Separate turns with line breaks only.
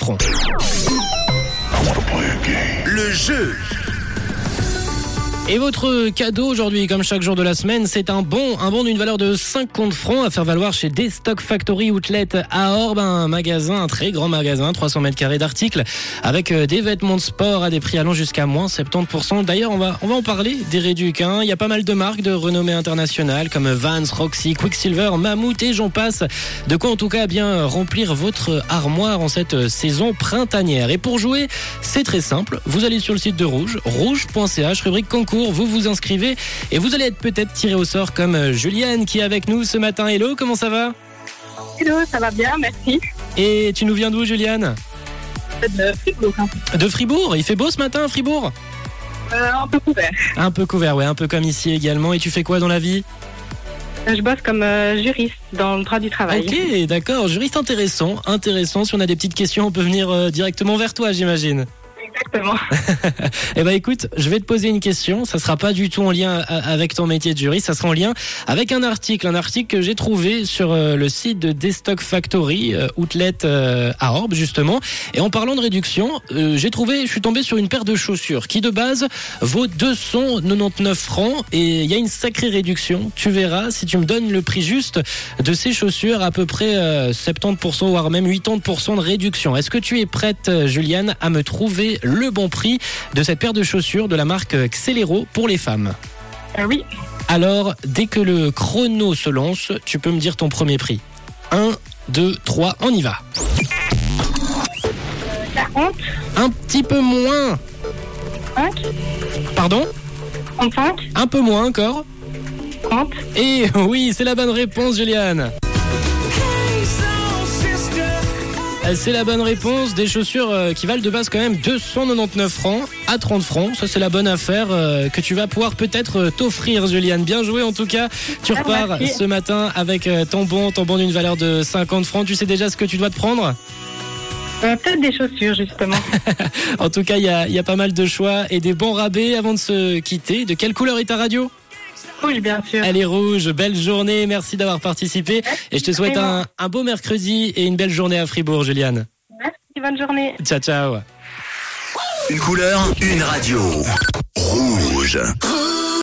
Macron. Le jeu. Et votre cadeau aujourd'hui, comme chaque jour de la semaine, c'est un bon, un bon d'une valeur de 50 francs à faire valoir chez Destock Factory Outlet à Orbe, un magasin, un très grand magasin, 300 mètres carrés d'articles, avec euh, des vêtements de sport à des prix allant jusqu'à moins 70%. D'ailleurs, on va, on va en parler des réducs. hein. Il y a pas mal de marques de renommée internationale comme Vans, Roxy, Quicksilver, Mammouth et j'en passe. De quoi en tout cas bien remplir votre armoire en cette euh, saison printanière. Et pour jouer, c'est très simple. Vous allez sur le site de Rouge, rouge.ch, rubrique concours, vous vous inscrivez et vous allez être peut-être tiré au sort comme euh, Juliane qui est avec nous ce matin. Hello, comment ça va
Hello, ça va bien, merci.
Et tu nous viens d'où Juliane
De Fribourg, hein.
De Fribourg, il fait beau ce matin à Fribourg
Euh, un peu couvert.
Un peu couvert, ouais, un peu comme ici également. Et tu fais quoi dans la vie
Je bosse comme euh, juriste dans le droit du travail.
Ok, d'accord, juriste intéressant, intéressant. Si on a des petites questions, on peut venir euh, directement vers toi, j'imagine.
Exactement.
Eh ben écoute, je vais te poser une question. Ça sera pas du tout en lien a- avec ton métier de juriste. Ça sera en lien avec un article, un article que j'ai trouvé sur euh, le site de Destock Factory, euh, outlet euh, à Orbe justement. Et en parlant de réduction, euh, j'ai trouvé, je suis tombé sur une paire de chaussures qui de base vaut 299 francs et il y a une sacrée réduction. Tu verras si tu me donnes le prix juste de ces chaussures, à peu près euh, 70% voire même 80% de réduction. Est-ce que tu es prête, euh, Juliane, à me trouver le bon prix de cette paire de chaussures de la marque euh, Xelero pour les femmes
Euh, oui,
Alors, dès que le chrono se lance, tu peux me dire ton premier prix. 1, 2, 3, on y va.
40,
Un petit peu moins.
5,
Pardon
35,
Un peu moins encore.
30.
Et oui, c'est la bonne réponse, Juliane. Euh, C'est la bonne réponse. Des chaussures euh, qui valent de base quand même 299 francs à 30 francs. Ça, c'est la bonne affaire euh, que tu vas pouvoir peut-être euh, t'offrir, Juliane. Bien joué en tout cas. Tu
Ah,
repars
merci.
ce matin avec euh, ton bon, ton bon d'une valeur de 50 francs. Tu sais déjà ce que tu dois te prendre
Euh, Peut-être des chaussures, justement.
En tout cas, il y a, il y a pas mal de choix et des bons rabais avant de se quitter. De quelle couleur est ta radio
Rouge, bien sûr.
Elle est rouge. Belle journée. Merci d'avoir participé. Et je te souhaite un, un beau mercredi et une belle journée à Fribourg, Juliane.
Merci, bonne journée.
Ciao, ciao.
Une couleur, une radio. Rouge.